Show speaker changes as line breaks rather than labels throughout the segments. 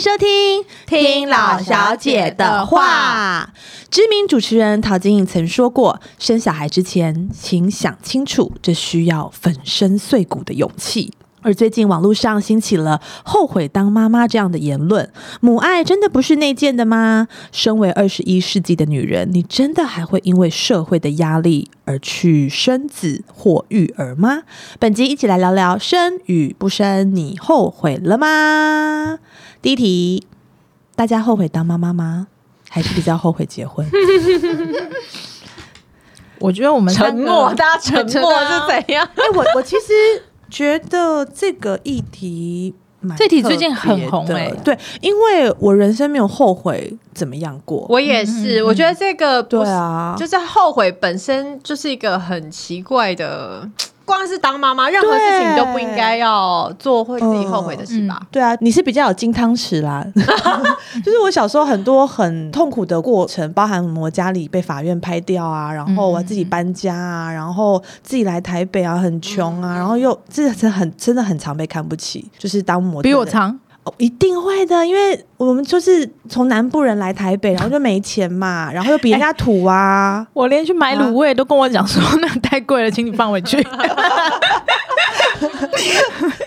收听《
听老小姐的话》。
知名主持人陶晶莹曾说过：“生小孩之前，请想清楚，这需要粉身碎骨的勇气。”而最近网络上兴起了“后悔当妈妈”这样的言论，母爱真的不是内建的吗？身为二十一世纪的女人，你真的还会因为社会的压力而去生子或育儿吗？本集一起来聊聊生与不生，你后悔了吗？第一题，大家后悔当妈妈吗？还是比较后悔结 婚？
我觉得我们
沉默，大家沉默是
在。
怎样？
哎、我我其实觉得这个议题蛮
这题
特
最近很
别
红
的
哎
对，因为我人生没有后悔怎么样过。
我也是，我觉得这个不
嗯对
是，
啊，
就是后悔本身就是一个很奇怪的，光是当妈妈，任何事情都不应该要做会自己后悔的事吧？
对啊，你是比较有金汤匙 啦，就是我小时候很多很痛苦的过程，包含我家里被法院拍掉啊，然
嗯
后我自己搬家啊，然后自己来台北啊，很穷
嗯
啊，然后又这真的很真的很常被看不起，就是当模特
比我
的
长，
哦，一定会的，因为我们就是从南部人来台北，然后就没钱嘛，然后又比人家土 啊。
我连去买卤味都跟我讲说那太贵了，请你放回去。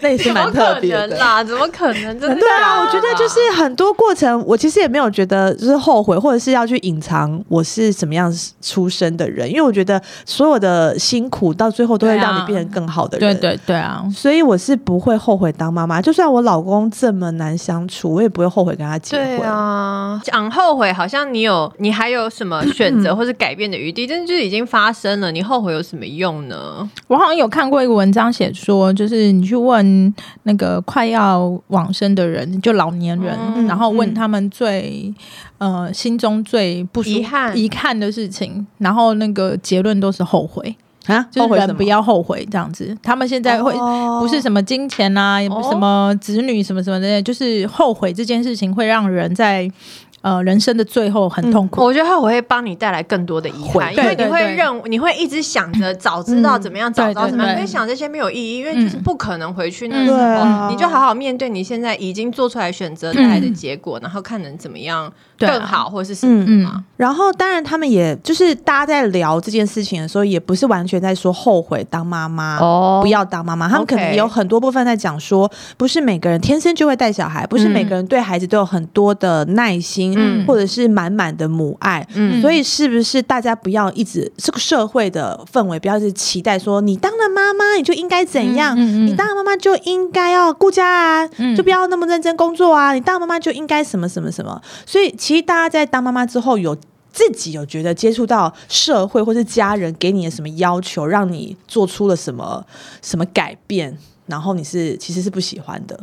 那嗯也是
怎么
蛮特
可
别
能
的。
啊
啦？怎么可能？真的
对啊，我觉得就是很多过程，我其实也没有觉得就是后悔，或者是要去隐藏我是什么样出身的人，因为我觉得所有的辛苦到最后都会
对啊
让你变成更好的
对
人。
对对啊，
所以我是不会后悔当妈妈，就算我老公这么难相处，我也不会后悔跟他结
对
婚。
啊，讲后悔，好像你有你还有什么选
嗯
择或是改变的余地，但是就是已经发生了，你后悔有什么用呢？
我好像有看过一个文章写说，就是你去问那个快要往生的人，就老年人，
嗯
然后问他们最、呃心中最不舒
遗憾
遗憾的事情，然后那个结论都是后悔，
啊，
就
后
是
悔什
人
么
不要后悔这样子。他们现在会、
哦
不是什么金钱啊，也不是什么子女什么什么的，就是后悔这件事情会让人在呃人生的最后很痛苦。
我觉得后悔会帮你带来更多的遗
悔
憾，因为
对对
你会
对嗯
认，你会一直想着早知道怎么样，早知道
对对
怎么样，
对
因为想这些没有意义，因为就是
嗯
不可能回去那
嗯
时
对
候
啊，
你就好好面对你现在已经做出来选择带来的结
嗯
果，然后看能怎么样
对啊
更好，或者是什么
嗯
嘛。
然后，当然，他们也就是大家在聊这件事情的时候，也不是完全在说后悔当妈妈。
哦
不要当妈妈，他们
OK
可能有很多部分在讲说，不是每个人天生就会带小孩，不是每个人对孩子都有很多的耐心，
嗯
或者是满满的母爱，
嗯
所以是不是大家不要一直这个社会的氛围，不要一直期待说你当了妈妈你就应该怎样，
嗯嗯嗯
你当了妈妈就应该要顾家啊，
嗯
就不要那么认真工作啊，你当了妈妈就应该什么什么什么。所以其实大家在当妈妈之后有。自己有觉得接触到社会或是家人给你的什么要求，让你做出了什么什么改变，然后你是其实是不喜欢的。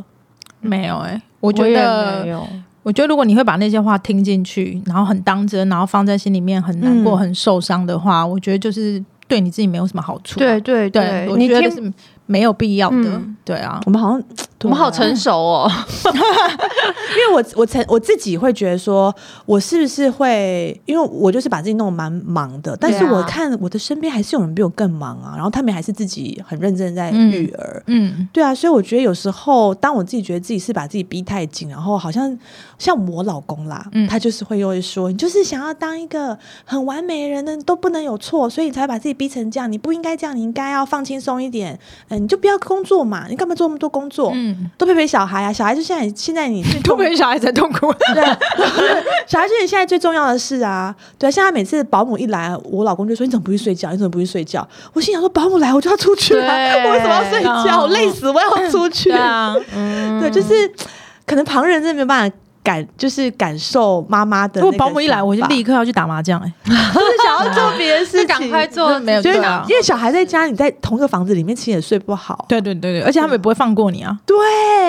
没有哎、我觉得我觉得如果你会把那些话听进去，然后很当真，然后放在心里面很难过、
嗯
很受伤的话，我觉得就是对你自己没有什么好处、啊
对，对
对，我
你
觉得
听，
是没有必要的。
嗯
对啊，
我们好像
我们好
对啊
成熟哦。
因为我我曾我自己会觉得说，我是不是会，因为我就是把自己弄得蛮忙的，但是
对啊
我看我的身边还是有人比我更忙啊，然后他们还是自己很认真在育儿。
嗯，
对啊，所以我觉得有时候，当我自己觉得自己是把自己逼太紧，然后好像像我老公啦，
嗯
他就是会又会说，你就是想要当一个很完美的人呢，都不能有错，所以你才会把自己逼成这样。你不应该这样，你应该要放轻松一点，嗯、你就不要工作嘛，你干嘛做那么多工作？
嗯，
多陪陪小孩啊，小孩就现在现在你
痛 苦小孩才痛苦。
对，啊小孩是你现在最重要的事啊。对，像他每次保姆一来，我老公就说：“你怎么不去睡觉？你怎么不去睡觉？”我心想说：“保姆来，我就要出去啊！
对
我为什么要睡觉？我累死，我要出去。
哦对啊，
对，就是可能旁人真的没有办法感，就是感受妈妈的。
如果保姆一来，我就立
刻
刻要去打麻将、哎，
就是想要做哦别的事
就
情，
赶快做，
没有
就是
对啊
因为小孩在家，你在同一个房子里面，其实也睡不好。
对对对对，而且他们也不会放过你啊。
对，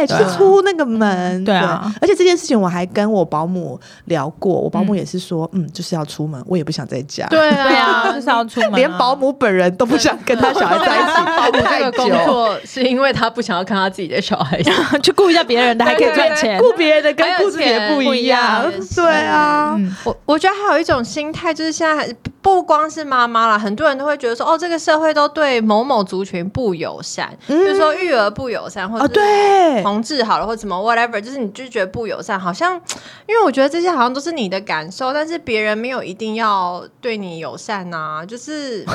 就
对啊
是出那个门。
对啊
而且这件事情我还跟我保姆聊过，我保姆也是说，嗯，就是要出门，我也不想在家。
对
对啊，
啊
就，是要出门、
连保。姆本人都不想跟他 小孩在一起，保姆
这个工作是因为他不想要看他自己的小孩
去顾一下别人的，还可以赚钱。
顾别人的跟
还有
顾自己的
钱
不
不一
一样
样也，是
对啊，
嗯，
我我觉得还有一种心态，就是现在还不光是妈妈啦，很多人都会觉得说，哦，这个社会都对某某族群不友善，
嗯
比如说育儿不友善，或
哦，
者
对，
同志嗯好了，或怎么 whatever，就是你就觉得不友善，好像因为我觉得这些好像都是你的感受，但是别人没有一定要对你友善呐、就是就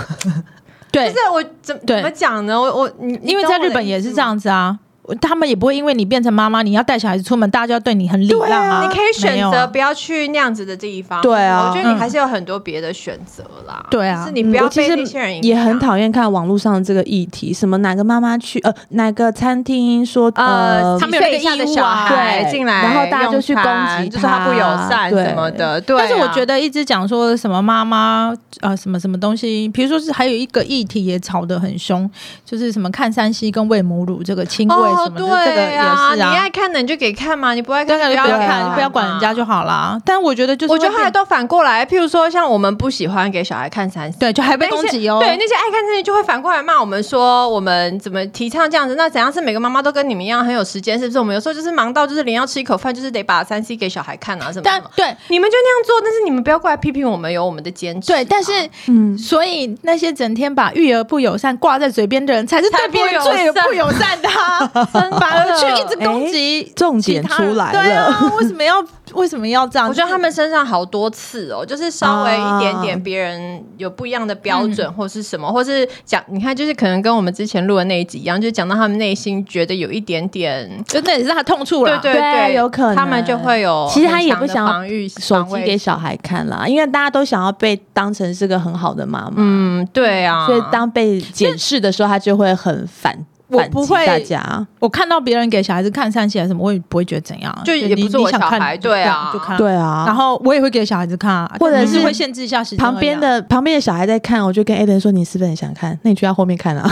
对，
是我怎
对
怎么讲呢？我我你
因为在日本也是这，样子啊，他们也不会因为你变成妈妈，你要带小孩子出门，大家就要对你很礼
你懂我的意思吗
让
对啊，你可以
没
选
有
择
啊
不要去那样子的地方。
对啊
我觉得
嗯
你还是有很多别的选择啦。
对啊
就是你不要
我其
被
实
那些人影响
也很讨厌看网络上这个议题，什么哪个妈妈去呃哪个餐厅说
呃，
呃
他
几
们有一个
岁以下的
义务
小
啊
孩
对
进来，
然后大家就去攻击
就是他不友善
对
什么的。对啊，
但是我觉得一直讲说什么妈妈呃什么什么东西，比如说是还有一个议题也吵得很凶，就是什么看山西跟喂母乳这个
啊
亲喂什
哦，
么的，
对
这个也
啊，
是
你爱
啊。
看的你就给看嘛，你不爱
大
看
概
就
就不要
对啊
看，不要管人家就
好。
好啦。但我觉得就是
我
会
觉
变，
得后来都反过来，譬如说像我们不喜欢给小孩看三 C。
对，就还被
那
攻
些
击哦。
对那些爱看这些就会反过来骂我们说我们怎么提倡这样子？那怎样是每个妈妈都跟你们一样很有时间？是不是？我们有时候就是忙到就是连要吃一口饭就是得把三 C 给小孩看啊什么
但
什么。
对
你们就那样做，但是你们不要过来批评我们有我们的坚持。
对，但是
嗯，
所以那些整天把育儿不友善挂在嘴边的人，才是对别人最不友善的、啊，
真的
反而去一直攻击、
重点哎出来了
对啊，为什么要为什么要这样？
我觉得他们身上好多次哦，就是稍微一点
啊
点别人有不一样的标
嗯
准或是什么，或是讲你看，就是可能跟我们之前录的那一集一样，就讲到他们内心觉得有一点点，
就那也是他痛处
对
了。
对
对有可能
他们就会有
其实他也不
很强
想
的
要
防御
手机给。小孩看啦，因为大家都想要被当成是个很好的妈妈，
防卫嗯，对啊，
所以当被检视的时候，他就会很反
我
反
不
击
会
大家。
我看到别人给小孩子看三七还是什么，我也不会觉得怎样，
就也
你
不是我
你想
小
看
孩对啊
就看。
对啊，
然后我也会给小孩子看啊，
或者
但是
是
会限制一下时间而已啊。
旁边的旁边的小孩在看，我就跟 Aden 说：“你是不是很想看？那你去他后面看啊。”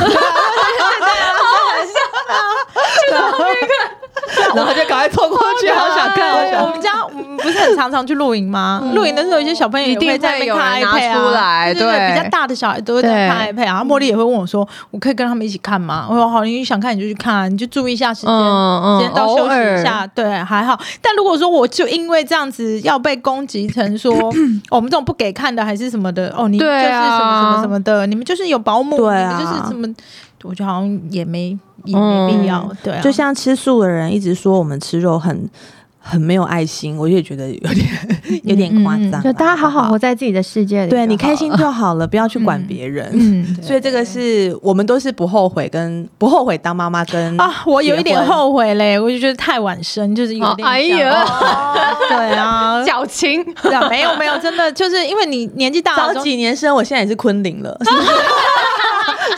然后就赶快凑过去，好想看，好
对，我
想
们家我们不是很常常去露营吗？露营的时候，有些小朋友也
一定
会
会
在那边看
有人拿
iPad 啊
出来
对对，
对
比较大的小孩都会在看 iPad 啊。茉莉也会问我说：“我可以跟他们一起看吗？”我说：“好，你想看你就去看啊，你就注意一下时间，
嗯
时间到休息一下。”对，还好。但如果说我就因为这样子要被攻击成说哦我们这种不给看的还是什么的哦，你就是
对
什
啊
么什么什么的，你们就是有保姆，
对
你
啊
们就是什么，我觉得好像也没也没必要，对啊，
就像吃素的人一直说我们吃肉很很没有爱心，我也觉得有点有点夸
嗯
张啦。
就大家好好活在自己的世界里就好
对
了，
你开心就好了，不要去管
嗯
别人。
嗯。
所以这个是我们都是不后悔跟不后悔当妈妈
嗯
跟
啊，我有一点
结婚
后悔嘞，我就觉得太晚生，就是有点、
哦哎呀，
对啊，
矫情，
对啊没有没有，真的就是因为你年纪大了
早
之后，
几年生，我现在也是昆凌了，是不是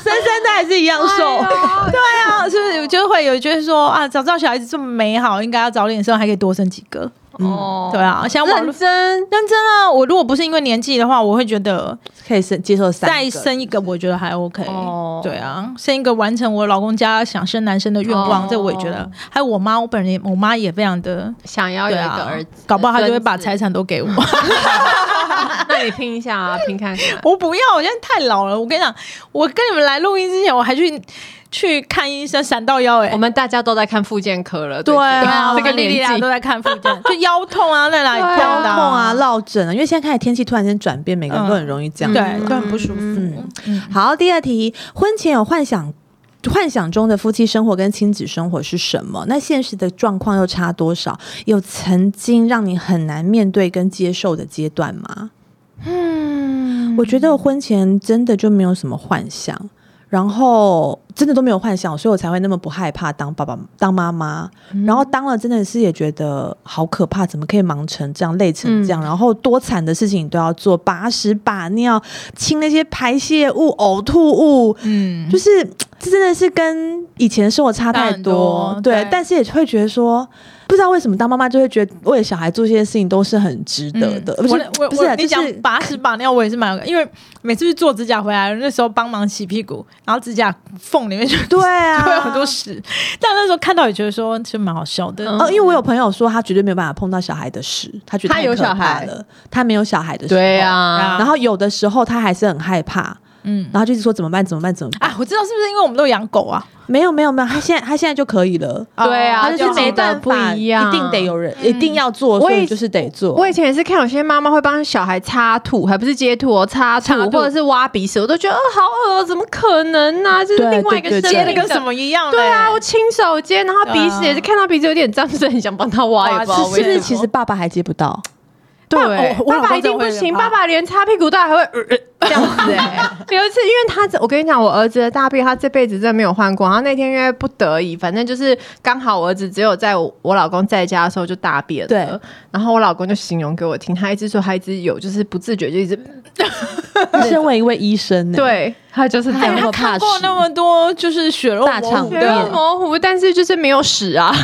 生生的还是一样
哎
瘦。
对啊，就是就会有觉得说啊，早知道小孩子这么美好，应该要早点生，还可以多生几个，
哦
对，啊，像网络
认真，
认真啊，我如果不是因为年纪的话，我会觉得
可以生接受三
再
个
生一个，我觉得还 OK。
哦
对啊，生一个完成我老公家想生男生的愿望，
哦
这我也觉得。还有我妈，我本人也我妈也非常的
想要有
对
一
啊
个儿子，
搞不好她就会把
孙
财 产都给我。
子，那你拼一下啊，拼看看。
我不要，我现在太老了。我跟你讲，我跟你们来录音之前，我还去去看医生，闪到腰哎、
我们大家都在看复健科了，
对
对啊，
啊，
我
这个
跟莉莉
年
娅
纪
都在看附 件，就腰痛啊，那哪里痛的、
腰痛啊、落枕啊，因为现在开始天气突然间转变，每个人
嗯
都很容易这样。
对，都很不舒服。
嗯好，第二题，婚前有幻想。幻想中的夫妻生活跟亲子生活是什么？那现实的状况又差多少？有曾经让你很难面对跟接受的阶段吗？嗯，我觉得我婚前真的就没有什么幻想，然后真的都没有幻想，所以我才会那么不害怕当爸爸当妈妈。
嗯
然后当了真的是也觉得好可怕，怎么可以忙成这样、累成
嗯
这样？然后多惨的事情你都要做，把屎把尿、清那些排泄物、呕吐物，
嗯，
就是这真的是跟以前生活差太
差很多
对，
对
但是也会觉得说，不知道为什么当妈妈就会觉得为了小孩做这些事情都是很值得的，不
嗯我
是
我
不是啊，
我你
就
讲
是
把屎把尿，我也是蛮有感，因为每次去做指甲回来，那时候帮忙洗屁股，然后指甲缝里面就
对
就 会有
啊，
很多屎，但那时候看到也觉得说，其实蛮好笑的。
哦，因为我有朋友说他绝对没有办法碰到小孩的屎，他觉得
他
太
有
可
小
怕
孩
了，他没有小孩的时候，
对啊，
然后有的时候他还是很害怕。
嗯
然后就是说怎么办怎么办怎么办？哎
啊，我知道是不是因为我们都养狗啊？
没有没有没有，他现在 他现在就可以了。
对啊
他哦就是
就
没
是
办
不
法，
一样
定得有人，一定要做，
嗯我
所以
也
就是得做。
我以前也是看有些妈妈会帮小孩擦吐，还不是接吐哦，擦吐
擦吐
或者是挖鼻屎，我都觉得哦好恶哦，怎么可能呢、这是
对
另外一个
对
生
对
命
对
的
那跟什么一样嘞？
对啊，我亲手接，然后
对啊
鼻屎也是看到鼻子有点脏，就是很想帮他挖，也不知道
是是
为
不是
什么。
其实爸爸还接不 到？
对
爸哦
我
爸
老
爸
公
一定
真的
不
会
行，
怕
爸爸连擦屁股都还会呃呃这 样子哎、
欸
有一次，因为他我跟你讲，我儿子的大便他这辈子真的没有换过。然后那天因为不得已，反正就是刚好我儿子只有在我我老公在家的时候就大便了。
对
然后我老公就形容给我听，他一直说他一直有就是不自觉就一直
他身为一位医生呢，，
对，他就是这
哎
样
那。么怕
看过
屎
那么多就是血肉
大
模
场
糊
血肉
面
的，
模糊，但是就是没有屎 啊！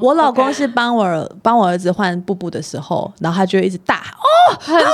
我老公是帮我儿帮我儿子换布布的时候，然后他就一直大喊哦，
很臭，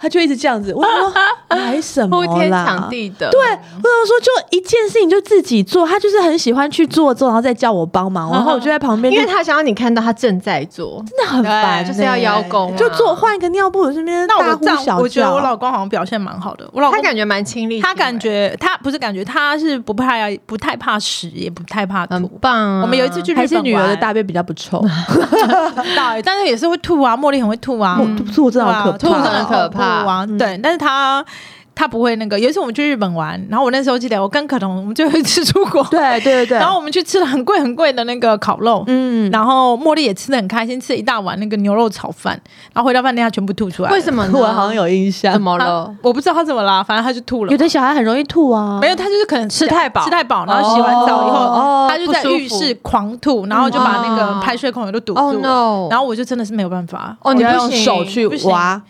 他就一直这样子。我想说来什么
铺
啦？
天抢地的。
对，我想说就一件事情就自己做，他就是很喜欢去做做，然后再叫我帮
嗯
忙，然后我就在旁边，
因为
就
他想要你看到他正在做，啊
真的很烦呢，
就是要邀功、
就做。换一个尿布，我这边
啊那我
大
的
呼
丈
小
夫，我觉得我
叫。
老公好像表现蛮好的。我老
他
公
感觉蛮亲力亲为，
他感觉他不是感觉他是不怕不太怕屎，也不太怕
很
吐。
棒啊、
我们有一次去日
嗯还
本
是女儿的
玩
大便比较不臭，
嗯到欸， 但是也是会吐啊，茉莉很会吐啊，
我吐真的好可
对啊吐
怕
真的
很
哦。
可
可
怕
怕啊。对，但是他他不会那个。有一次我们去日本玩，然后我那时候记得我跟可彤，我们就会吃出国，
对对对对，
然后我们去吃了很贵很贵的那个烤肉。
嗯，
然后茉莉也吃的很开心，吃了一大碗那个牛肉炒饭，然后回到饭店她全部吐出来。
为什么呢？
我好像有印象
怎，么了
她？我不知道她怎么啦，反正她就吐了
有。的小孩很容易吐啊，
没有，她就是可能
吃太饱
吃太饱，然后洗完澡以
哦
后，她就在
不舒服
浴室狂吐，然后就把那个
嗯
排水孔也都堵
哦
住了。
no！
然后我就真的是没有办法，
哦，你
要
不
用
行
手去
不行哦
挖，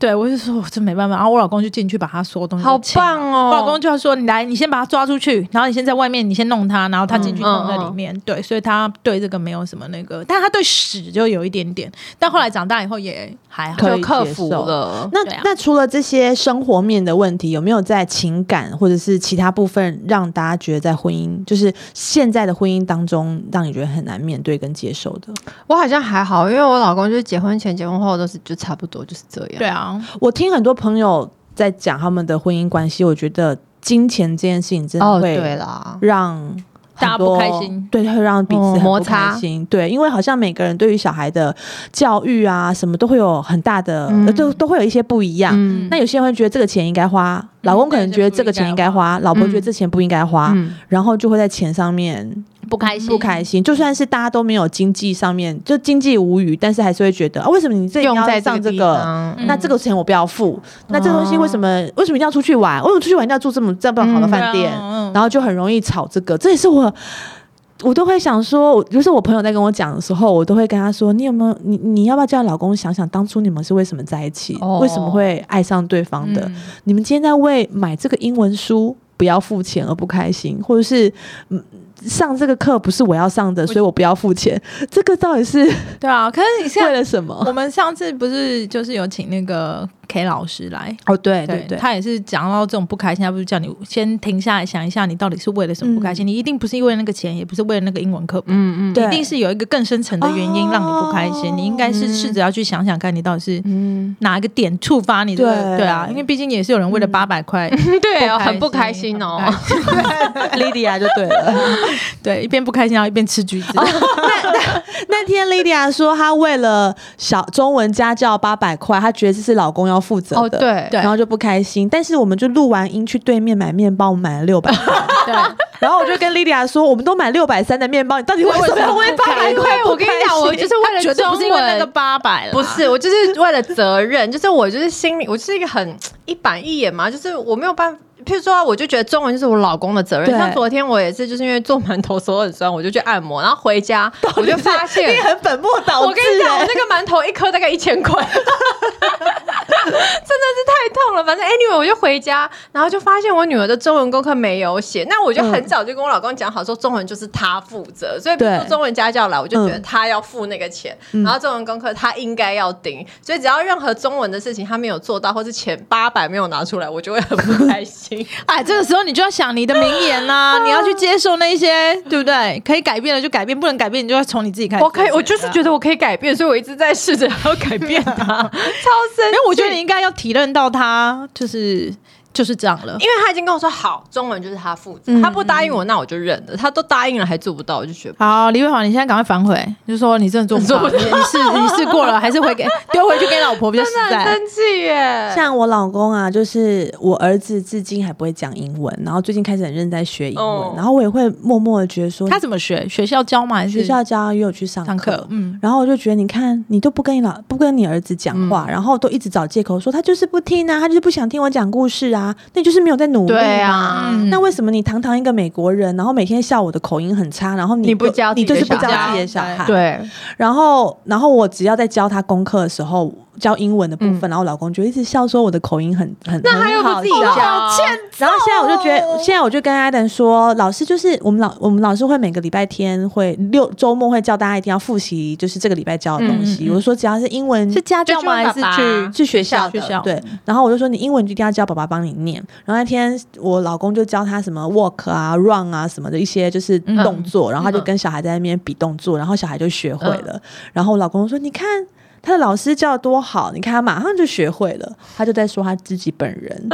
对，我就说我真没办法，然后我老公就进去把他所有东西都
好
清
棒
了。
哦！
我老公就要说：“你来，你先把他抓出去，然后你先在外面，你先弄他，然后他进去
嗯
弄在
嗯
里面。对，所以他对这个没有什么那个，但他对屎就有一点点。但后来长大以后也还好
可。以
就克服
接受
了。
那、
对啊
那除了这些生活面的问题，有没有在情感或者是其他部分让大家觉得在婚姻，就是现在的婚姻当中，让你觉得很难面对跟接受的？
哦
我好像还好，因为我老公就是结婚前、结婚后都是就差不多就是这样。
对啊，
我听很多朋友在讲他们的婚姻关系，我觉得金钱这件事情真
哦，
的
对
会
啦，
让很
大家不
多
开心嗯
对，会让彼此
哦
很
摩
不开
擦
心。对，因为好像每个人对于小孩的教育啊，什么都会有很大的，
嗯
呃都都会有一些不一样。
嗯
那有些人会觉得这个钱应该花，老公可能觉得这个钱应该花，老婆觉得这钱不应该花，
嗯，
然后就会在钱上面
不开心
不开心。就算是大家都没有经济上面就经济无语，但是还是会觉得啊，为什么你这一定
用
要
在
上这
这个地
个？
方，
嗯
那这个钱我不要付，那这个东西为什么为什么一定要出去玩？为什么出去玩一定要住这么这么好的
啊
嗯
饭店？
然
然后就很容易吵这个，这也是我。我都会想说，我就是我朋友在跟我讲的时候，我都会跟他说：“你有没有你你要不要叫老公想想，当初你们是为什么在一起，
哦
为什么会爱上对方
嗯
的？你们今天在为买这个英文书不要付钱而不开心，或者是嗯上这个课不是我要上的，所以我不要付钱，这个到底是
对啊，可是你
为
像
了什么？
我们上次不是就是有请那个 K 老师来，
哦，对
他也是讲到这种不开心，他不是叫你先停下来想一下，你到底是为了什么不开心？你一定不是因为那个钱，也不是为了那个英文课本，
嗯嗯，
对
一定是有一个更深层的原因
哦
让你不开心。你应该是试着要去想想看，你到底是
嗯，
哪一个点触发你这个
对嗯
对啊？因为毕竟也是有人为了八百块。
对哦，
开心
很不开 心哦。
很不开心
，Lydia 就对了。
对，一边不开心，然后一边吃橘子。
那天 Lydia 说，她为了小中文家教八百块，她觉得这是老公要负责的，
哦，对
对
然后就不开心。但是我们就录完音去对面买面包，我们买了六百，
对，
然后我就跟 Lydia 说，我们都买六百三的面包，你到底为什么要为八百
因
块？
为我跟你讲，我就是为 了
绝对不是因
中
为
文
那个八百了，
不是，我就是为了责任， 就是我就是心里，我就是一个很一板一眼嘛，就是我没有办法。譬如说，我就觉得中文就是我老公的责任。
对
像昨天我也是，就是因为做馒头手很酸，我就去按摩，然后回家我就发现，
你很本末倒置、
我跟你讲，我
欸
那个馒头一颗大概一千块，真的是太痛了，反正 anyway 我就回家，然后就发现我女儿的中文功课没有写，那我就很早就跟我老公讲好，说中文就是他负责，所以比如说
对
中文家教来，我就觉得
嗯
他要付那个钱，
嗯
然后中文功课他应该要盯，所以只要任何中文的事情他没有做到，或是前八百没有拿出来，我就会很不开心。
哎，这个时候你就要想你的名言呐、 你要去接受那一些，对不对？可以改变的就改变，不能改变你就要从你自己开始。
我可以，我就是觉得我可以改变，所以我一直在试着要 改变它，超生
没
气
有，我觉得你应该要体认到他就是就是这样了。
因为他已经跟我说好，中文就是他负责，
嗯
他不答应我，那我就认了。他都答应了还做不到，我就觉得
好，李慧华，你现在赶快反悔，就说你真的做不到，你你试你试过了，还是回给丢回去给老婆比较实
真的很
在。
生气耶。
像我老公啊，就是我儿子至今还不会讲英文，然后最近开始很认真在学英文，
哦
然后我也会默默的觉得说，
他怎么学？学校教吗？还是
学校教也有去上
上课？嗯，
然后我就觉得，你看，你都不跟你老不跟你儿子讲话，
嗯
然后都一直找借口说他就是不听啊，他就是不想听我讲故事啊，那你就是没有在努力
对
嘛
啊，
嗯
那为什么你堂堂一个美国人，然后每天笑我的口音很差，然后你
你不
就
教自
你
己
就
的
是不
小
教
孩
自己的小孩？。
对，
然后，然后我只要在教他功课的时候，教英文的部分，然后我老公就一直笑说我的口音很很
嗯那他又
很好
不自己
笑
道歉，
然后现在我就觉得，
哦
现在我就跟艾登说，老师就是我们老我们老师会每个礼拜天会六周末会叫大家一定要复习，就是这个礼拜教的东西。
嗯嗯嗯
我说只要是英文
是家教
就
吗？还
问
是
爸爸
去
是学校
学
的，
校？
对。然后我就说你英文就一定要叫爸爸帮你念。然后那天我老公就教他什么 walk 啊、run 啊什么的一些就是
嗯
动作，然后他就跟小孩在那边比动作，然后小孩就学会了。
嗯
然后我老公说你看。他的老师教的多好，你看他马上就学会了，他就在说他自己本人。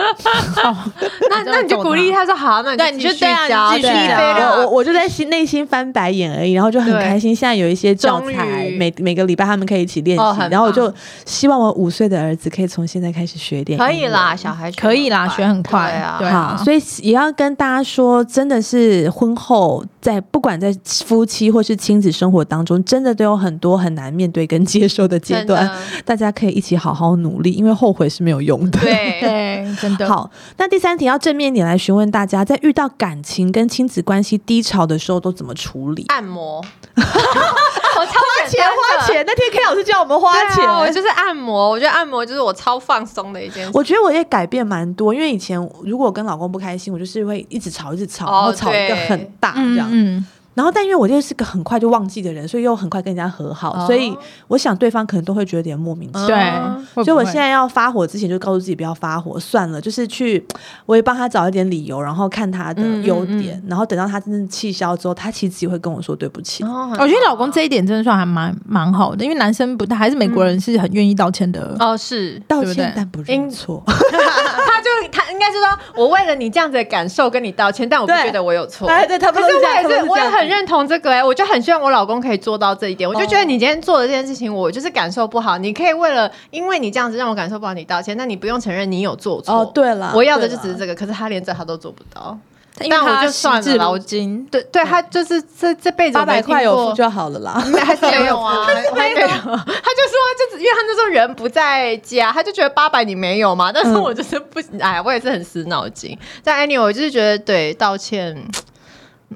那那你就鼓励他说好，那
对
你
你
就
就
继续
对啊
教
你继续
对哦
的
我我我就在心内心翻白眼而已，然后就很
对
开心。现在有一些教材
终，于
每每个礼拜他们可以一起练习，
哦很棒
然后我就希望我五岁的儿子可以从现在开始学一点。
可以。啦，小孩
可以啦，学很快
对啊。
对
好
啊，，
所以也要跟大家说，真的是婚后在不管在夫妻或是亲子生活当中，真的都有很多很难面对跟接受的阶
真的
段， 大家可以一起好好努力，因为后悔是没有用的。
对，
对，真的。
好，那第三题要正面一点来询问大家，在遇到感情跟亲子关系低潮的时候，都怎么处理？
按摩， 我超花
钱花钱，那天 K 老师叫我们花钱。
对啊我就是按摩，我觉得按摩就是我超放松的一件事。
我觉得我也改变蛮多，因为以前如果跟老公不开心，我就是会一直吵，一直吵，
哦
然后吵一个
对
很大这
嗯
样。
嗯，
然后，但因为我就是个很快就忘记的人，所以又很快跟人家和好，
哦
所以我想对方可能都会觉得有点莫名其妙。
对
嗯。
会不
所以我
会
现在要发火之前，就告诉自己不要发火，算了，就是去，我也帮他找一点理由，然后看他的
嗯嗯
优点，然后等到他真正气消之后，他其实自己会跟我说对不起。
哦很
我觉得
好
老公这一点真的算还蛮蛮好的，因为男生不太还是美国人是很愿意道歉的。
哦是，
道
对不
歉
对
但不认
因
错，
他就他应该是说，我为了你这样子的感受跟你道歉，但我不
对
觉得我有错。
哎，对，他
可
们都
是
这样他
我也
们
是，
都
我
这
也
样
很认同这个哎、我就很希望我老公可以做到这一点。我就觉得你今天做的这件事情，我就是感受不好。你可以为了因为你这样子让我感受不好，你道歉，那你不用承认你有做错。
哦，，对了，
我要的
对
就
啦
只是这个，可是他连这他都做不到。
因为
但我
他
就算
心
了
智
啦我
不惊，
对对，他就是这这辈子
八
我
百
没听
块有
过
付就好了 啦。
没还是没有啊，还是没有。他就 说，就是因为他那时候人不在家，他就觉得八百你没有嘛。但是我就是不，哎，我也是很死脑筋。但 anyway，我就是觉得对道歉，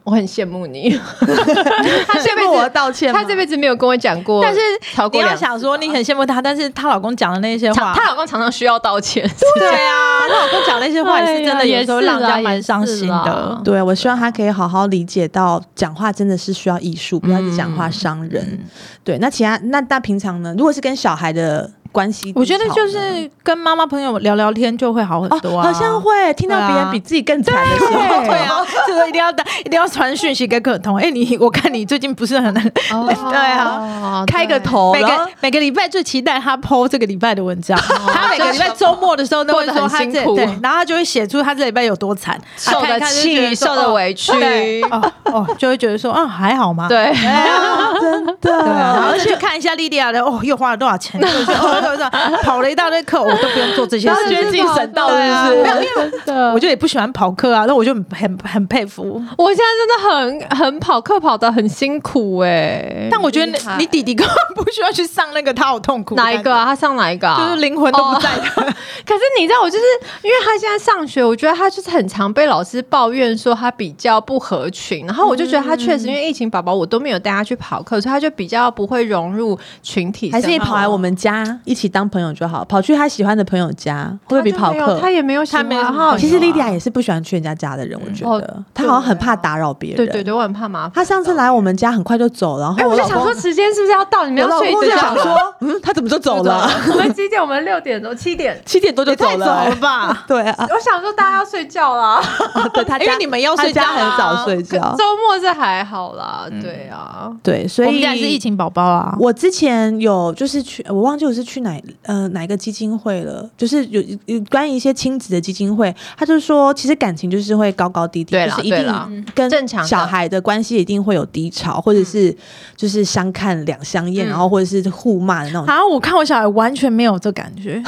我很羡慕你。他这
羡
辈
慕我
子
道歉吗，
他这辈子没有跟我讲过，
但是
超
你
过
要
两次
想说你很羡慕他，但是她老公讲的那些话，
她老公常常需要道歉，
对啊，她老公讲那些话也是真的，
哎呀
有时候让人家
也是啦
蛮伤心
也是啊
的
啦。
对我希望他可以好好理解到，讲话真的是需要艺术，不要一直讲话伤人。对，那其他那那平常呢？如果是跟小孩的关系低潮呢，
我觉得就是跟妈妈朋友聊聊天就会好很多
哦，好
啊，
像 会听到别人比自己更惨的时候，
对 啊，这个一定要打，一定要传讯息给可彤。哎，你我看你最近不是很能
对
啊
开个。头，
每
哦然后
个每个礼拜最期待他 PO 这个礼拜的文章，他每个礼拜周末的时候都会说他
过得很
这
辛苦
对，然后他就会写出他这礼拜有多惨，
受
啊看一
的
看就觉
气，
得说
受的委屈，对
哦哦哦，就会觉得说啊还好吗？
对，
真
对啊，
的。
而且看一下莉莉亚的哦，又花了多少钱，就是哦对对跑了一大堆课，我都不用做这些
然后
事
觉得自己
情。
省到
对啊
是不
没
是？
有，因为我就也不喜欢跑课啊，那我就很很很佩服。
我现在真的很很跑课跑的很辛苦哎，
但我觉得
厉害
你弟弟根本不需要去上那个，他好痛苦。
哪一个？啊？他上哪一个啊？
就是灵魂都不 在的。
可是你知道，我就是因为他现在上学，我觉得他就是很常被老师抱怨说他比较不合群，然后我就觉得他确实因为疫情宝宝，我都没有带他去跑课，所以他就比较不会融入群体生活。
还是你跑来我们家一一起当朋友就好，跑去他喜欢的朋友家，会不会比跑
他就没
客
有？他也没有喜欢
他没有
啊
什么好
其实莉迪亚也是不喜欢去人家家的人，我觉得、
哦
她好像很怕打扰别人。
对对对，我很怕麻烦。
她上次来我们家很快就走，然
哎，
后
我就
老
想
公
说，时间是不是要到？你们
我
要
老
睡
公就
觉啊
想
了。
说，嗯，她怎么就走了？
我们几点？我们六点多，七点。
七点多就走
太早
了、
了吧？
对啊，
我想说大家要睡觉啦，，
对他
因
家
为你们要睡觉
他家 很早睡觉 嗯
周末是还好啦，对啊。
对，所以
我们家也是疫情宝宝啊。
我之前有就是去，我忘记我是去哪呃哪一个基金会了，就是有有关于一些亲子的基金会，他就说其实感情就是会高高低低，
对
就
啦
是一
对啦
定跟
正常的
小孩的关系一定会有低潮，或者是就是相看两相厌，
嗯
然后或者是互骂的那种。
啊！我看我小孩完全没有这感 觉，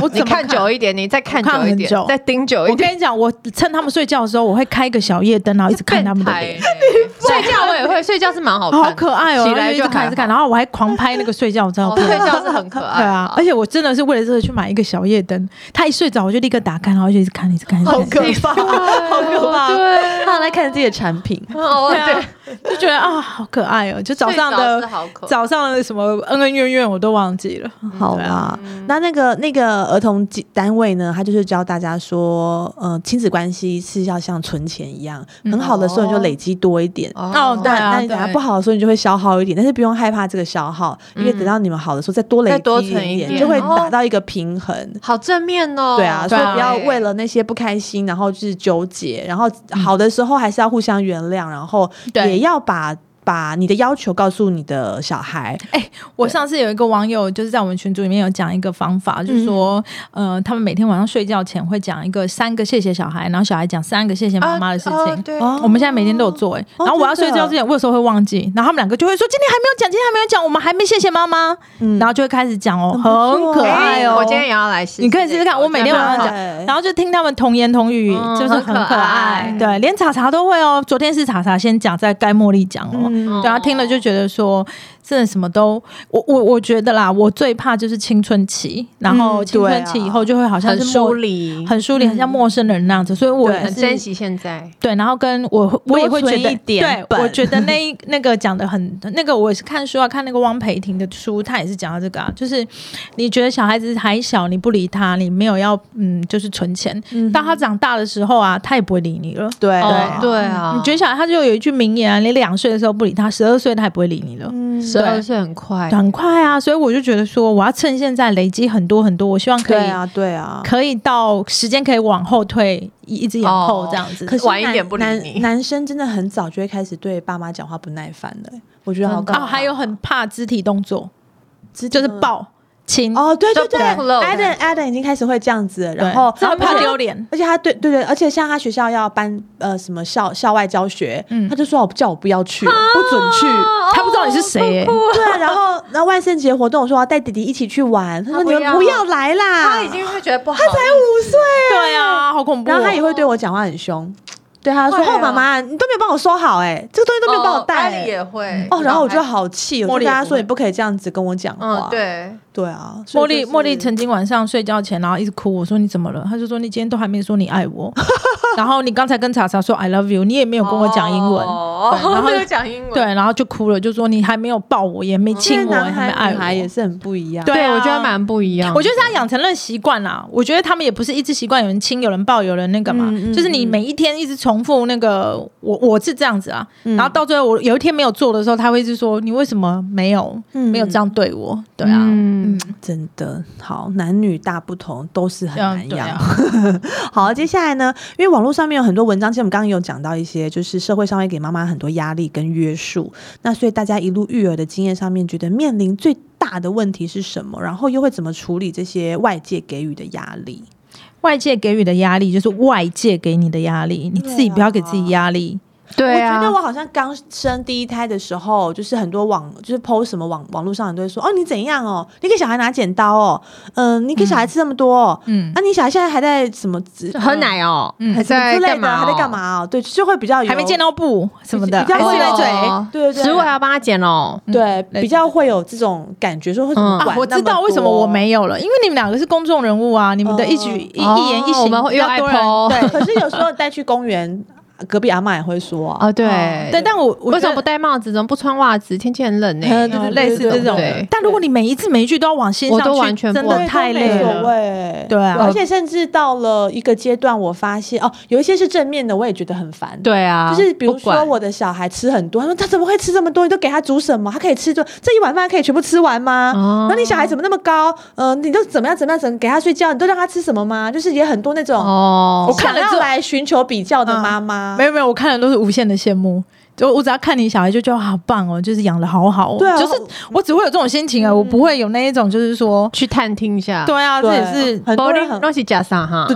我怎
你
么
看久一点，你再看久
我
一点
看很久，
再盯久一
我
点。
跟你讲，我趁他们睡觉的时候，我会开一个小夜灯，然后一直看他们的脸
变，态欸睡觉我也会，睡觉是蛮好看的，
好可爱哦！
起
然后
来
一
就
直看，一直看，
到。
然后我还狂拍那个睡觉照
哦
片。
睡觉是很可爱，
对啊，而且我真的是为了这个去买一个小夜灯，他一睡着我就立刻打开，然后就一直看，一直看，一直看，
怕，好可怕！
哦
哦
对，啊
他来看自己的产品，
哦对，
就觉得啊，好可爱哦！就早上
睡着是
的
好可爱，
早上的什么恩恩怨怨我都忘记了。
好
啊
啦，那那个那个儿童基单位呢，他就是教大家说，呃，亲子关系是要像存钱一样，很好的时候你就累积多一点。
哦对
那
啊
那你等下
对
不好的时候，你就会消耗一点，但是不用害怕这个消耗，因为等到你们好的时候再多累积
再多存
一
一
点，
点
就会
哦
达到一个平衡。
好正面哦。
对啊，所
对
以
啊
不要为了那些不开心，然后就是纠结，然后好的时候还是要互相原谅，然后
对
也要把把你的要求告诉你的小孩。
哎我上次有一个网友就是在我们群组里面有讲一个方法，就是说，
嗯
呃，他们每天晚上睡觉前会讲一个三个谢谢小孩，然后小孩讲三个谢谢妈妈的事情。
啊对
哦
我们现在每天都有做哎、欸
哦
然后我要
真的
睡觉之前，我有时候会忘记，然后他们两个就会说今天还没有讲，今天还没有讲，我们还没谢谢妈妈，
嗯
然后就会开始讲哦，
很不错
很可爱
哎
哦。
我今天也要来试试这个，
你可以试试看我每天晚上讲
对
然后就听他们童言童语，
嗯
就是
很可
可
爱
对，连查查都会哦。昨天是查查先讲，再该茉莉讲哦。
嗯
对啊，听了就觉得说，真的什么都，我我我觉得啦，我最怕就是青春期，然后
嗯
青
对啊
春期以后就会好像
很
是
疏
陌、
离，
很疏离，很像陌生人那样子，所以我
嗯对
也
很
是
珍惜现在。
对，然后跟我我也会
多
觉
存
得
一点
对，我
本
觉得 那一那个讲的很那个，我也是看书啊，看那个汪培婷的书，他也是讲到这个啊，就是你觉得小孩子还小，你不理他，你没有要嗯，就是存钱，
嗯哼
当他长大的时候啊，他也不会理你了。
对
哦对啊，
你觉得小孩他就有一句名言啊，你两岁的时候不理他，十二岁他也不会理你了。
嗯
十二岁很快，
很快啊，所以我就觉得说，我要趁现在累积很多很多，我希望可以、
对啊，对啊。
可以到时间可以往后退，一一直延后
哦
这样子。
可是
晚一
男
点不理
男
你
男生真的很早就会开始对爸妈讲话不耐烦了、我觉得好可
哦，
怕。
还有很怕肢体动作，
直接
就是抱、亲，
哦，对对
就
对
暴露
，Adam Adam 已经开始会这样子了，
对，
然后
这样
而
怕
且
丢脸。
而且他对对对，而且像他学校要搬呃什么校校外教学，
嗯
他就说我叫我不要去，不准去。
他不知道你是谁、欸，
对啊，然后然后万圣节活动我说我要带弟弟一起去玩，他说
他不
你们
要
不要来啦，
他已经会觉得不好，他才
五岁，
对啊，好恐怖、
然
哦。
后他也会对我讲话很凶，对他说
会啊
哦妈妈你都没有帮我收好哎，这个东西都没有帮我带哎
哦也会
哦，然后我就好气，我
茉
就
莉
跟
也
他
不
说
会
你不可以这样子跟我讲话。
嗯，对，
对啊，所以
茉莉，
就是
茉莉曾经晚上睡觉前，然后一直哭。我说你怎么了？她就说你今天都还没说你爱我， 然后你刚才跟查查说 I love you，你也没有跟我讲英文，
哦
对然 后
没有讲英文，
对，然后就哭了，就说你还没有抱我，也没亲
现
我，
在
也
男
没
孩女孩
爱
也
我。
是很不一样。
对啊
我觉得蛮不一样的。
我觉得是他养成了习惯啦。我觉得他们也不是一直习惯有人亲、有人抱、有人那个嘛，
嗯嗯
就是你每一天一直重复那个，我我是这样子啊。
嗯
然后到最后我有一天没有做的时候，他会一直说你为什么没有、
嗯
没有这样对我？对啊，
嗯
嗯，
真的好，男女大不同，都是很
这样
难
对
养。
啊。
好，接下来呢，因为网络上面有很多文章，其实我们刚刚有讲到一些，就是社会上会给妈妈很多压力跟约束，那所以大家一路育儿的经验上面，觉得面临最大的问题是什么，然后又会怎么处理这些外界给予的压力？
外界给予的压力就是外界给你的压力，你自己不要给自己压力。
对
我觉
啊
得，我好像刚生第一胎的时候，就是很多网就是 PO 什么网网络上很多人都会说，哦你怎样哦，你给小孩拿剪刀哦，嗯、你给小孩吃这么多、哦，
嗯
啊你小孩现在还在什么
喝奶哦，
嗯
还
什么
在
之类的，
干嘛？
还在干？嘛哦？对，就会比较有
还没见到布什么的，
比较
还
会
是
有
在嘴。
哦
对对对嗯
食物还要帮他剪哦。
对，比
类似
较会有这种感觉，说会怎么
嗯啊
管、
嗯啊，我知道为什么我。没有了，因为你们两个是公众人物啊，你们的一举
哦
一一言一
哦我
行
们会
比较多
又爱 po
人对
可是有时候带去公园隔壁阿嬷也会说啊，
哦，对，
对，但我我
为
觉
什
得
么不戴帽子？怎么不穿袜子？天气很冷呢、欸
呃
呃
对
类似这种的
对。
但如果你每一次每一句都要往心上去，
我都完全不
真
我
的太累
都没所
了。
谓，
对啊
而且甚至到了一个阶段，我发现哦，有一些是正面的，我也觉得很烦。。
对啊，
就是比如
不
说
管
我的小孩吃很多，他说他怎么会吃这么多？你都给他煮什么？他可以吃这这一碗饭可以全部吃完吗？
哦
然后你小孩怎么那么高？呃，你都怎么样怎么样怎么给他睡觉？你都让他吃什么吗？就是也很多那种、
哦，
我看了
想要
要来寻求比较的妈妈，
没有没有，我看的都是无限的羡慕。就我只要看你小孩，就觉得好棒哦，就是养的好好哦。
对啊嗯
就是我只会有这种心情啊，我不会有那一种就是说，
去探听一下。
对啊，这
对
也是
很多人很
都是加上哈，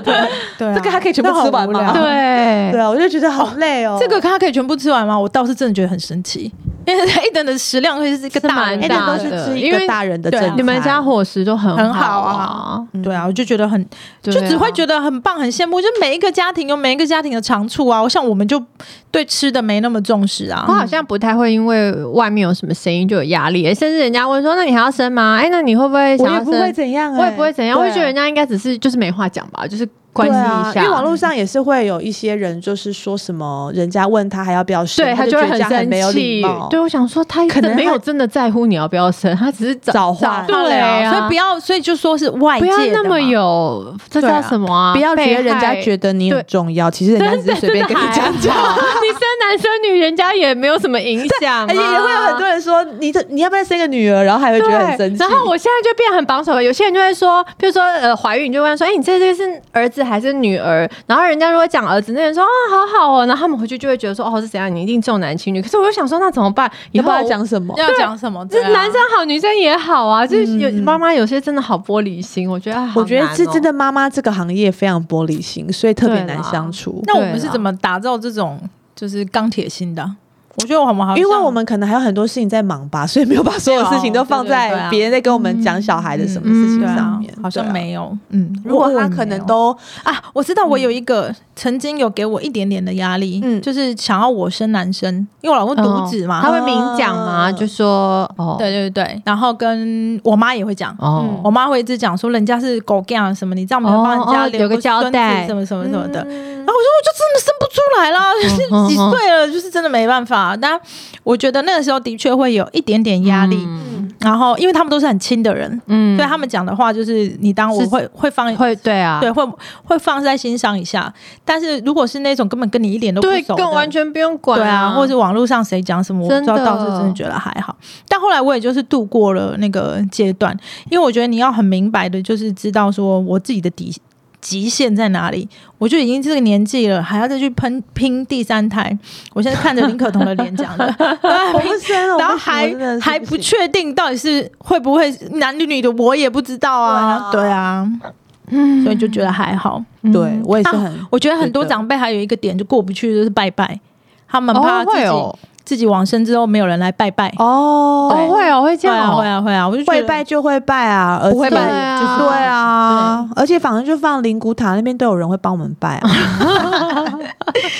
对啊，
这个还可以全部吃完吗
那好无聊
对
对，
啊，我就觉得好累哦。
这个他可以全部吃完吗？我倒是真的觉得很神奇，因为一等的食量会是一个
是
大
蛮
哎，
人
大
那都是
的
吃一
因
个
为
大人的
对
正
啊
餐。嗯
你们家伙食都很
很好
好
啊
啊，
对啊，我就觉得很
对
就
啊
只会觉得很棒、很羡慕。就每一个家庭有每一个家庭的长处啊，像我们就对吃的没那么重视啊。
我好像不太会因为外面有什么声音就有压力，甚至人家问说：“那你还要生吗？”哎，那你会不会
我
想
也
要
不会
生？
怎样、哎
我也不会怎样，我
对
会觉得人家应该只是就是没话讲吧，就是关心
对
一
啊，因为网
下。
络上也是会有一些人，就是说什么人家问他还要不要生，
对
他
他
就
就
觉
会
得这
很
样很
生
没有礼
气
貌。。
对，我想说他
可能
真的没
他
有真的在乎你要不要生，他只是找
找话
对
对啊，所以
啊，
不要，所以就说是外界
不
的
要
嘛
那么有，这
对啊
叫什么啊？
不要觉得人家
被害
觉得你很
对
重要，其实人家只是随便跟你讲讲。
你生男生女，人家也没有什么影响、啊，
而且哎也会有很多人说你这你要不要生个女儿，然后还会觉得很
对
生气。
然后我现在就变很保守了，有些人就会说，比如说呃怀孕，你就问他说，哎、你这这个是儿子还是女儿？然后人家如果讲儿子，那人说啊、好好哦，然后他们回去就会觉得说，哦是怎样，你一定重男轻女。可是我又想说，那怎么办？
你
以后
不知道
我。
讲什么，
要讲什么？
就
对啊嗯
是男生好，女生也好啊。就是有妈妈有些真的好玻璃心，我觉得、啊
我觉得是真，
好难哦
的妈妈这个行业非常玻璃心，所以特别
对
难
啦
相处。
那我们是怎么打造这种就是钢铁心的啊？我觉得我们好像，
因为我们可能还有很多事情在忙吧，所以没有把所有事情都放
对啊
在别人在跟我们讲小孩
嗯
的什么事情
对
上
啊
面，，
好
对
像
啊。
没有。嗯，
如果他
我
可能
没有
都
啊，我知道我有一个、曾经有给我一点点的压力，
嗯
就是想要我生男生，因为我老公独子嘛，
嗯他会明讲吗？
哦
就说哦，
哦对对对，然后跟我妈也会讲。
哦，
我妈会一直讲说人家是狗 g 什么，你这样没有帮人
哦
家
哦
留
有个交代嗯
孙子什么什么什么的。 然后我说我就真的生不出来啦，就是几岁了，就是真的没办法。但我觉得那个时候的确会有一点点压力，
嗯
然后因为他们都是很亲的人，
嗯
所以他们讲的话就是你当我
是
会会放
会对啊，
啊对，会会放在心上一下。但是如果是那种根本跟你一点都不熟的，
更完全不用管
对啊，或者网络上谁讲什么，我不
真
知
的
道，倒是真的觉得还好。但后来我也就是度过了那个阶段，因为我觉得你要很明白的，就是知道说我自己的底极限在哪里。我就已经这个年纪了，还要再去喷拼第三胎。我现在看着林可彤的脸讲的，哎
嗯 我不生了，
然后
我不生
还
我真的是
还
不
不
行
确定到底是会不会男女女的，我也不知道啊。
对
对啊，所以就觉得还好。
对
嗯
我也是很、
我觉得很多
觉得
长辈还有一个点就过不去，就是拜拜，他们
哦
怕自己、
会哦，
自己往生之后没有人来拜拜。
哦
哦，
会哦会这
会
样
啊
哦
会啊会啊，我就觉
会
得
拜就会拜啊，而
不会
且
拜
就是
对啊，而且反正就放灵骨塔那边都有人会帮我们拜啊，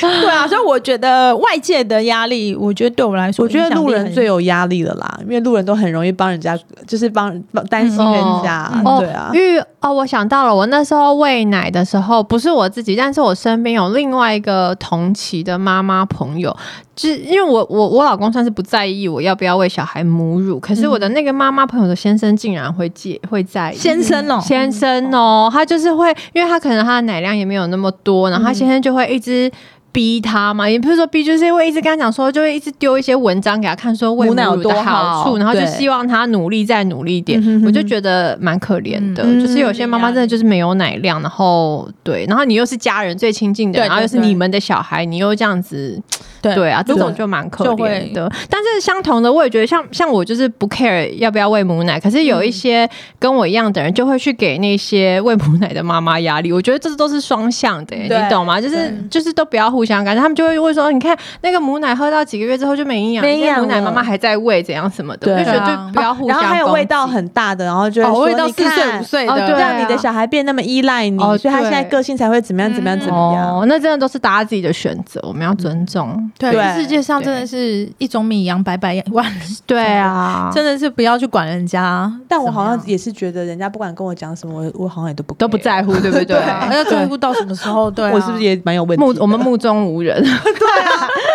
对 啊，所以我觉得外界的压力，我觉得对我来说
我
影
觉
响力
得
很，
路人最有压力了啦，因为路人都很容易帮人家，就是帮帮担心人家，
嗯
对啊。
因为哦，我想到了，我那时候喂奶的时候，不是我自己，但是我身边有另外一个同期的妈妈朋友，就是因为我我我老公算是不在意我要不要喂小孩母乳，可是我的那个妈妈朋友的先生竟然会介会在意。
先生哦、
先生哦，他就是会，因为他可能他的奶量也没有那么多，然
嗯
后他先生就会一直逼他嘛，也不是说逼，就是会一直跟他讲说，就会一直丢一些文章给他看，说喂
母奶有
乳的
多好
好处，然后就
对
希望他努力再努力一点
嗯哼哼。
我就觉得蛮可怜的，
嗯
就是有些妈妈真的就是没有奶量，然后对，然后你又是家人最亲近的，
对
然后又是
对对
你们的小孩，你又这样子
对
对啊，这
如果
种就蛮可
就会
怜的。但是相同的，我也觉得像像我就是不 care 要不要喂母奶，可是有一些跟我一样的人就会去给那些喂母奶的妈妈压力。我觉得这都是双向的、
对
你懂吗？就是就是都不要互相干涉，他们就会会说，你看那个母奶喝到几个月之后就没营养，
没营养
那些母奶妈
了
妈还在喂，怎样什么的，
对
我就觉得
啊
就不要互
然
相、
后还有味道。很大的，然后就会
哦
说
味道
你
四岁
看
五岁
哦
的，
对
让你的
啊
小孩变那么依赖你，
哦
所以他现在
对
嗯
个性才会怎么样怎么样怎么样。
哦，那真的都是大家自己的选择，我们要尊重。
对
这世界上
对
真的是，
一种米养百百万，
对啊，
真的是不要去管人家，
但我好
怎么
像
样
也是觉得人家不管跟我讲什么，我我好像也都不
都不
care，
在乎，对不 对
对？啊，要在乎到什么时候？对 啊，
我是不是也蛮有问题
目
的？
我们目中无人，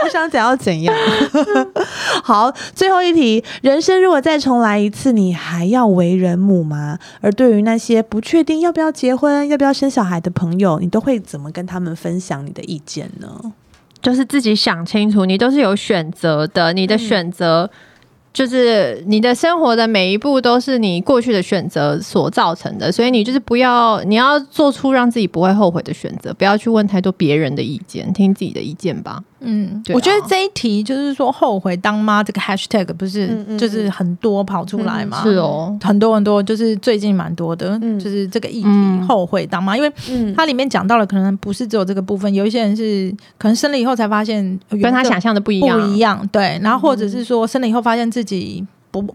我想讲要怎 样？好，最后一题，人生如果再重来一次，你还要为人母吗？而对于那些不确定要不要结婚、要不要生小孩的朋友，你都会怎么跟他们分享你的意见呢？
就是自己想清楚，你都是有选择的，你的选择。就是你的生活的每一步都是你过去的选择所造成的，所以你就是不要，你要做出让自己不会后悔的选择，不要去问太多别人的意见，听自己的意见吧。
嗯，
对啊
我觉得这一题就是说后悔当妈这个 hashtag 不是、
嗯嗯
就是很多跑出来嘛，
是哦，
很多很多，就是最近蛮多的，
嗯
就是这个议题、
嗯
后悔当妈，因为
嗯，
它里面讲到了，可能不是只有这个部分，有一些人是可能生了以后才发现呃
嗯跟他想
原
象的不一
本
样，
不一样，嗯对，然后或者是说生了以后发现自己不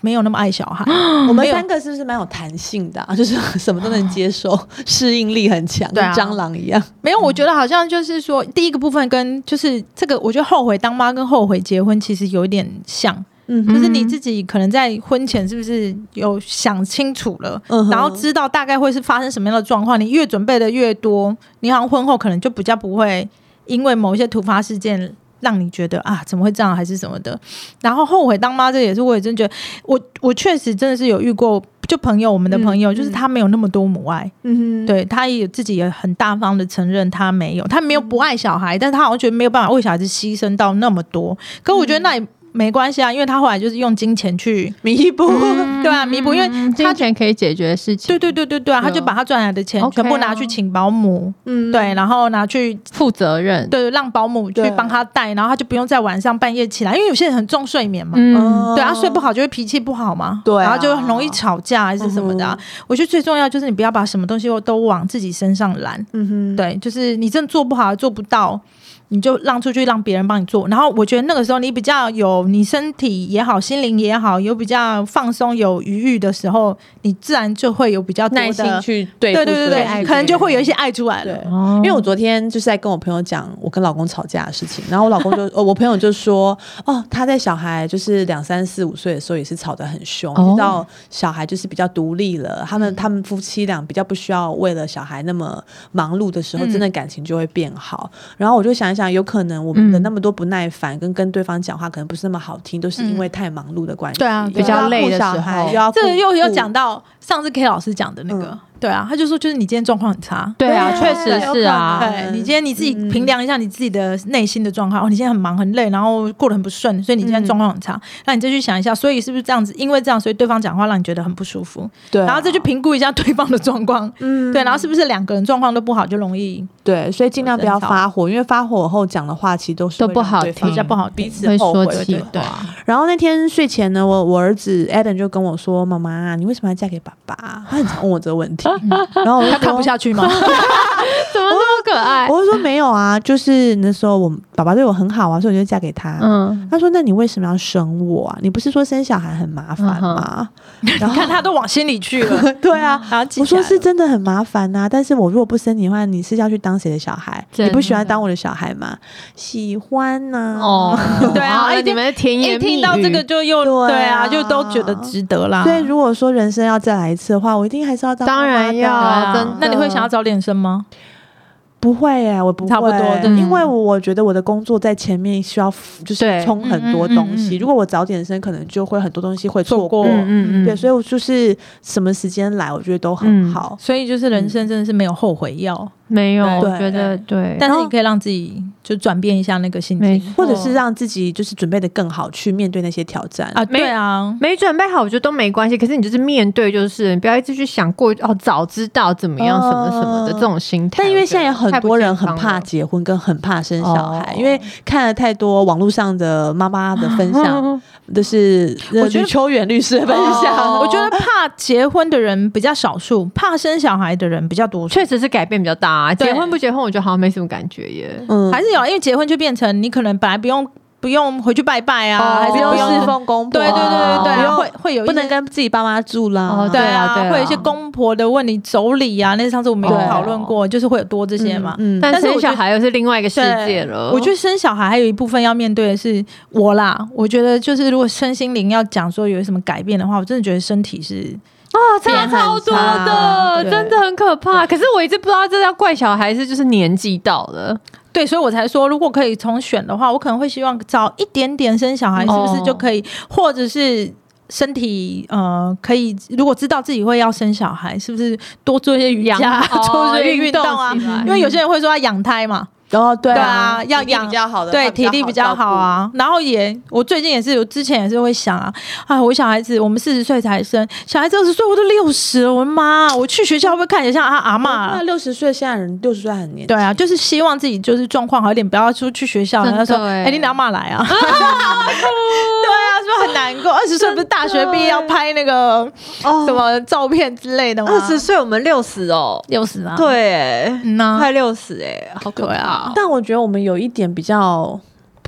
没有那么爱小 孩，
我们
没有
三个是不是蛮有弹性的、啊？ 就是什么都能接受，适应力很强，
对啊
跟蟑螂一样。
没有，我觉得好像就是说第一个部分跟就是这个，我觉得后悔当妈跟后悔结婚其实有一点像。
嗯
就
哼
是你自己可能在婚前是不是有想清楚了，
嗯哼
然后知道大概会是发生什么样的状况，你越准备的越多，你好像婚后可能就比较不会因为某一些突发事件。让你觉得啊，怎么会这样，还是什么的，然后后悔当妈，这也是我也真觉得，我我确实真的是有遇过，就朋友，我们的朋友，
嗯
就是他没有那么多母爱，
嗯哼，
对他也自己也很大方的承认他没有，他没有不爱小孩，但是他好像觉得没有办法为小孩子牺牲到那么多。可我觉得
嗯
那也没关系啊，因为他后来就是用金 钱去，
弥补。
对啊，弥补，因为
嗯金钱可以解决事情，
对对对对对啊，他就把他赚来的钱
OK 啊
全部拿去请保姆，
嗯
对，然后拿去
负责任，
对让保姆去
对
帮他带，然后他就不用在晚上半夜起来，因为有些人很重睡眠嘛，
嗯，
对啊，睡不好就会脾气不好嘛，
对啊嗯
然后就很容易吵架还是什么的啊、我觉得最重要就是你不要把什么东西都往自己身上揽。
嗯哼，
对，就是你真的做不好、做不到，你就让出去，让别人帮你做。然后我觉得那个时候你比较有你身体也好、心灵也好，有比较放松、有余裕的时候，你自然就会有比较多的
耐心去对付
对对对
所有事
对，
情
可能就会有一些爱出来了
对。
哦
因为我昨天就是在跟我朋友讲我跟老公吵架的事情，然后我老 公就呃，我朋友就说，哦，他在小孩就是两三四五岁的时候也是吵得很凶，
哦
直到小孩就是比较独立了，他们他们夫妻俩比较不需要为了小孩那么忙碌的时候，
嗯
真的感情就会变好。然后我就想一想，有可能我们的
嗯
那么多不耐烦跟跟对方讲话可能不是那么好听，都是因为太忙碌的关系，
对啊
比较累的时
又要
候
顾小孩又要
这个又有
顾
讲到上次 K 老师讲的那个，
啊嗯
对啊，他就说就是你今天状况很差。
对啊，
对
确实是啊，
对你今天你自己
嗯
评量一下你自己的内心的状况、哦，你今天很忙很累，然后过得很不顺，所以你今天状况很差。那你再去想一下，所以是不是这样子？因为这样，所以对方讲话让你觉得很不舒服，
对啊，
然后再去评估一下对方的状况，
嗯
对，然后是不是两个人状况都不好，就容易
对，所以尽量不要
争吵
发火，因为发火后讲的话其实都是
都
会
不
让
好
对
听
方
比较不好哦听
彼此
会
后
说
悔
气
对
对
话，
然后那天睡前呢，我我儿子 Adam 就跟我说：“妈妈，你为什么要嫁给爸爸？”他很常问我这个问题，然后我就
他看
说
不。下去吗？
怎么那么可爱？
哦
我就说没有啊，就是那时候我爸爸对我很好啊，所以我就嫁给他。
嗯，
他说：“那你为什么要生我啊？你不是说生小孩很麻烦吗？”然
你
后
看他都往心里去了，嗯
对啊，
然后记
我
起
说
来了
是真的很麻烦呐、但是我如果不生你的话，你是要去当谁的小孩？
真
你
的
不喜欢当我的小孩吗？喜欢呐、
哦，
对啊
好
一
你
定
们的甜
一
言蜜
听
语，
到这个就又
对
对
啊
啊，就都觉得值得啦。
所以如果说人生要再来一次的话，我一定还是要当
当然
妈妈的
要
啊
啊真的
那你会想要早点生吗？
不会耶，我不会
差不多对
因为我觉得我的工作在前面需要 f- 就是
对
冲很多东
嗯嗯
西。
嗯嗯
如果我早点生，可能就会很多东西会错过。
错过
嗯嗯嗯，
对，所以我就是什么时间来，我觉得都很好。
所以就是人生真的是没有后悔药，
没有，
对
我觉得
嗯
对，
但是你可以让自己就转变一下那个心
没
情
错，
或者是让自己就是准备的更好，去面对那些挑战
啊，对啊，
没准备好，我觉得都没关系。可是你就是面对，就是你不要一直去想过哦，早知道怎么样，
哦
什么什
嗯
么的这种心态。
但因为现在有
我觉得
很多人很
太不健康
怕
了
结婚，跟很怕生小孩，
哦
因为看了太多网络上的妈妈的分享，就是
我觉
吕
得
秋远律师的分享，
哦
我觉得怕结婚的人比较少数，怕生小孩的人比较多数。
确实是改变比较大、啊。
对
结婚不结婚，我觉得好像没什么感觉耶。
嗯
还是有啊，因为结婚就变成你可能本来不用不用回去拜拜啊，还是
哦不用
用
侍奉公婆
对
啊，
对对对对
不
啊，
用
会会有一
不
些
能跟自己爸妈住啦。
哦
对啊，
对啊
会有一些公婆的问你妯娌啊，那上次我们有
对
讨论过，就是会有多这些嘛。
嗯，
但
但是我
生
觉
小
得
孩又是另外一个世
对
界了。
我觉得生小孩还有一部分要面对的是我啦，我觉得就是如果身心灵要讲说有什么改变的话，我真的觉得身体是
啊，差
变很
超多
差
的，
对
真的很可怕。可是我一直不知道这要怪小孩是就是年纪到了，
对，所以我才说，如果可以重选的话，我可能会希望早一点点生小孩，是不是就可以，或者是。身体呃，可以如果知道自己会要生小孩，是不是多做一些瑜伽，多 做一哦些运动啊？因为有些人会说要养胎嘛，
哦对
对
啊，
啊，要
体力
养
比较好的，
对，体力比较好。啊。然后也，我最近也是，我之前也是会想啊，啊，我小孩子，我们四十岁才生，小孩子二十岁，我都六十了，我的妈！我去学校会不会看起来像阿阿嬷啊
那？六十岁现在人六十岁很年轻
对啊，就是希望自己就是状况好一点，不要出去学校。
真
然
的
后说，
欸
哎、你哪骂来 啊？ 对啊，是不是很难过？二十岁不是大学毕业要拍那个
哦
什么照片之类的吗？
二十岁我们六十哦，
六十啊，
对欸，
嗯
啊
呐、
快六十哎，好可
对
怕
啊
哦。
但我觉得我们有一点比较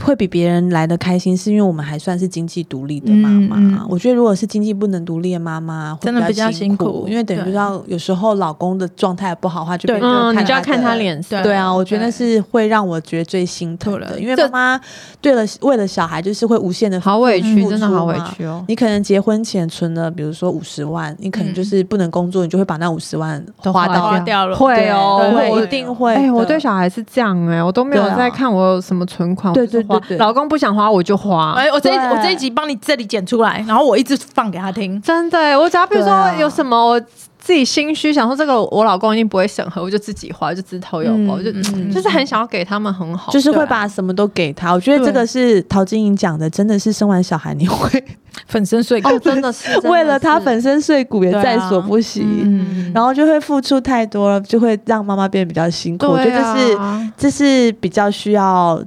会比别人来的开心，是因为我们还算是经济独立的妈妈。
嗯嗯
我觉得如果是经济不能独立的妈妈，会
真的比较
辛
辛苦
因为等于
对
就是要有时候老公的状态不好的话，就
对
变成
嗯，你就要看
的
他。脸色。
对啊，我觉得
对
是会让我觉得最心疼
对
的，
了
因为
这
妈妈对了为了小孩就是会无限的
好委屈，
付
真的好
出
委
嘛
屈哦。
你可能结婚前存了，比如说五十万，你可能
嗯
就是不能工作，你就会把那五十万
都
花
花
到
花
掉
掉了，
会哦
对
对
会
一定会的。
哎、我对小孩是这样哎、我都没有
对啊
在看我有什么存款，
对
我就
对
是花
对对
老公不想花我就花。
哎，我这一
对
我这一集帮你这里剪出来，然后我一直放给他听。
真的、欸，我只要比如
对
说
啊
有什么我自己心虚，想说这个我老公一定不会审核，我就自己花，就自掏腰包，我就、
嗯
就是很想要给他们很好，
就是会
对啊
把什么都给他。我觉得这个是陶晶莹讲的，真的是生完小孩你会
粉身碎骨。
哦，真的是
为了他粉身碎骨也
对啊
在所不惜，
嗯，
然后就会付出太多了，就会让妈妈变得比较辛苦。
对啊
我觉得这是这是比较需要。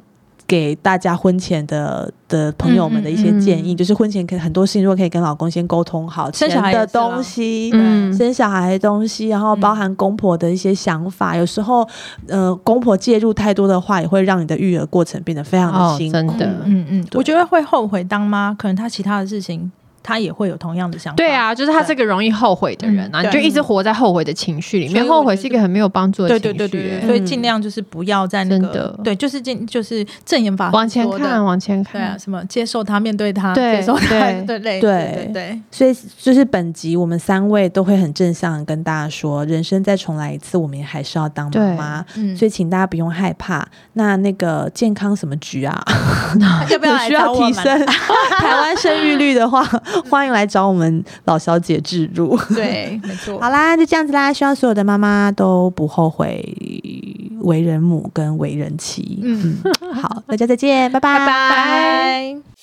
给大家婚前的的朋友们的一些
嗯
建议，就是婚前可以很多事情，如果可以跟老公先沟通好，
生小孩
钱
也
的
是啊嗯啦
东西，
嗯
生小孩的东西，然后包含公婆的一些想法，有时候，呃，公婆介入太多的话，也会让你的育儿过程变得非常
哦
的辛苦。
真的
嗯嗯，
对
我觉得会后悔当妈，可能他其他的事情他也会有同样的想法。
对，啊，就是他是个容易后悔的人啊，
嗯
你就一直活在后悔的情绪里
所
面，
以我
后悔是一个很没有帮助的
对
情
对
绪、
对对，
欸
对所以尽量就是不要在那
真
个
的
对，就是尽就是正言法
往前
说的
看，，往前
对啊，
看，
什么接受他，面对他，接
对
受他，
对
对对
对
对对，
所以就是本集我们三位都会很正向地跟大家说，人生再重来一次，我们也还是要当妈妈。
嗯，
所
所
以，请大家不用害怕。那那个健康什么局啊，
以要不要来
需要
找我
提
们
升台湾生育率的话，欢迎来找我们老小姐置入。
对，没错。
好啦，就这样子啦。希望所有的妈妈都不后悔为人母跟为人妻。
嗯，
好，大家再见，拜拜
拜拜。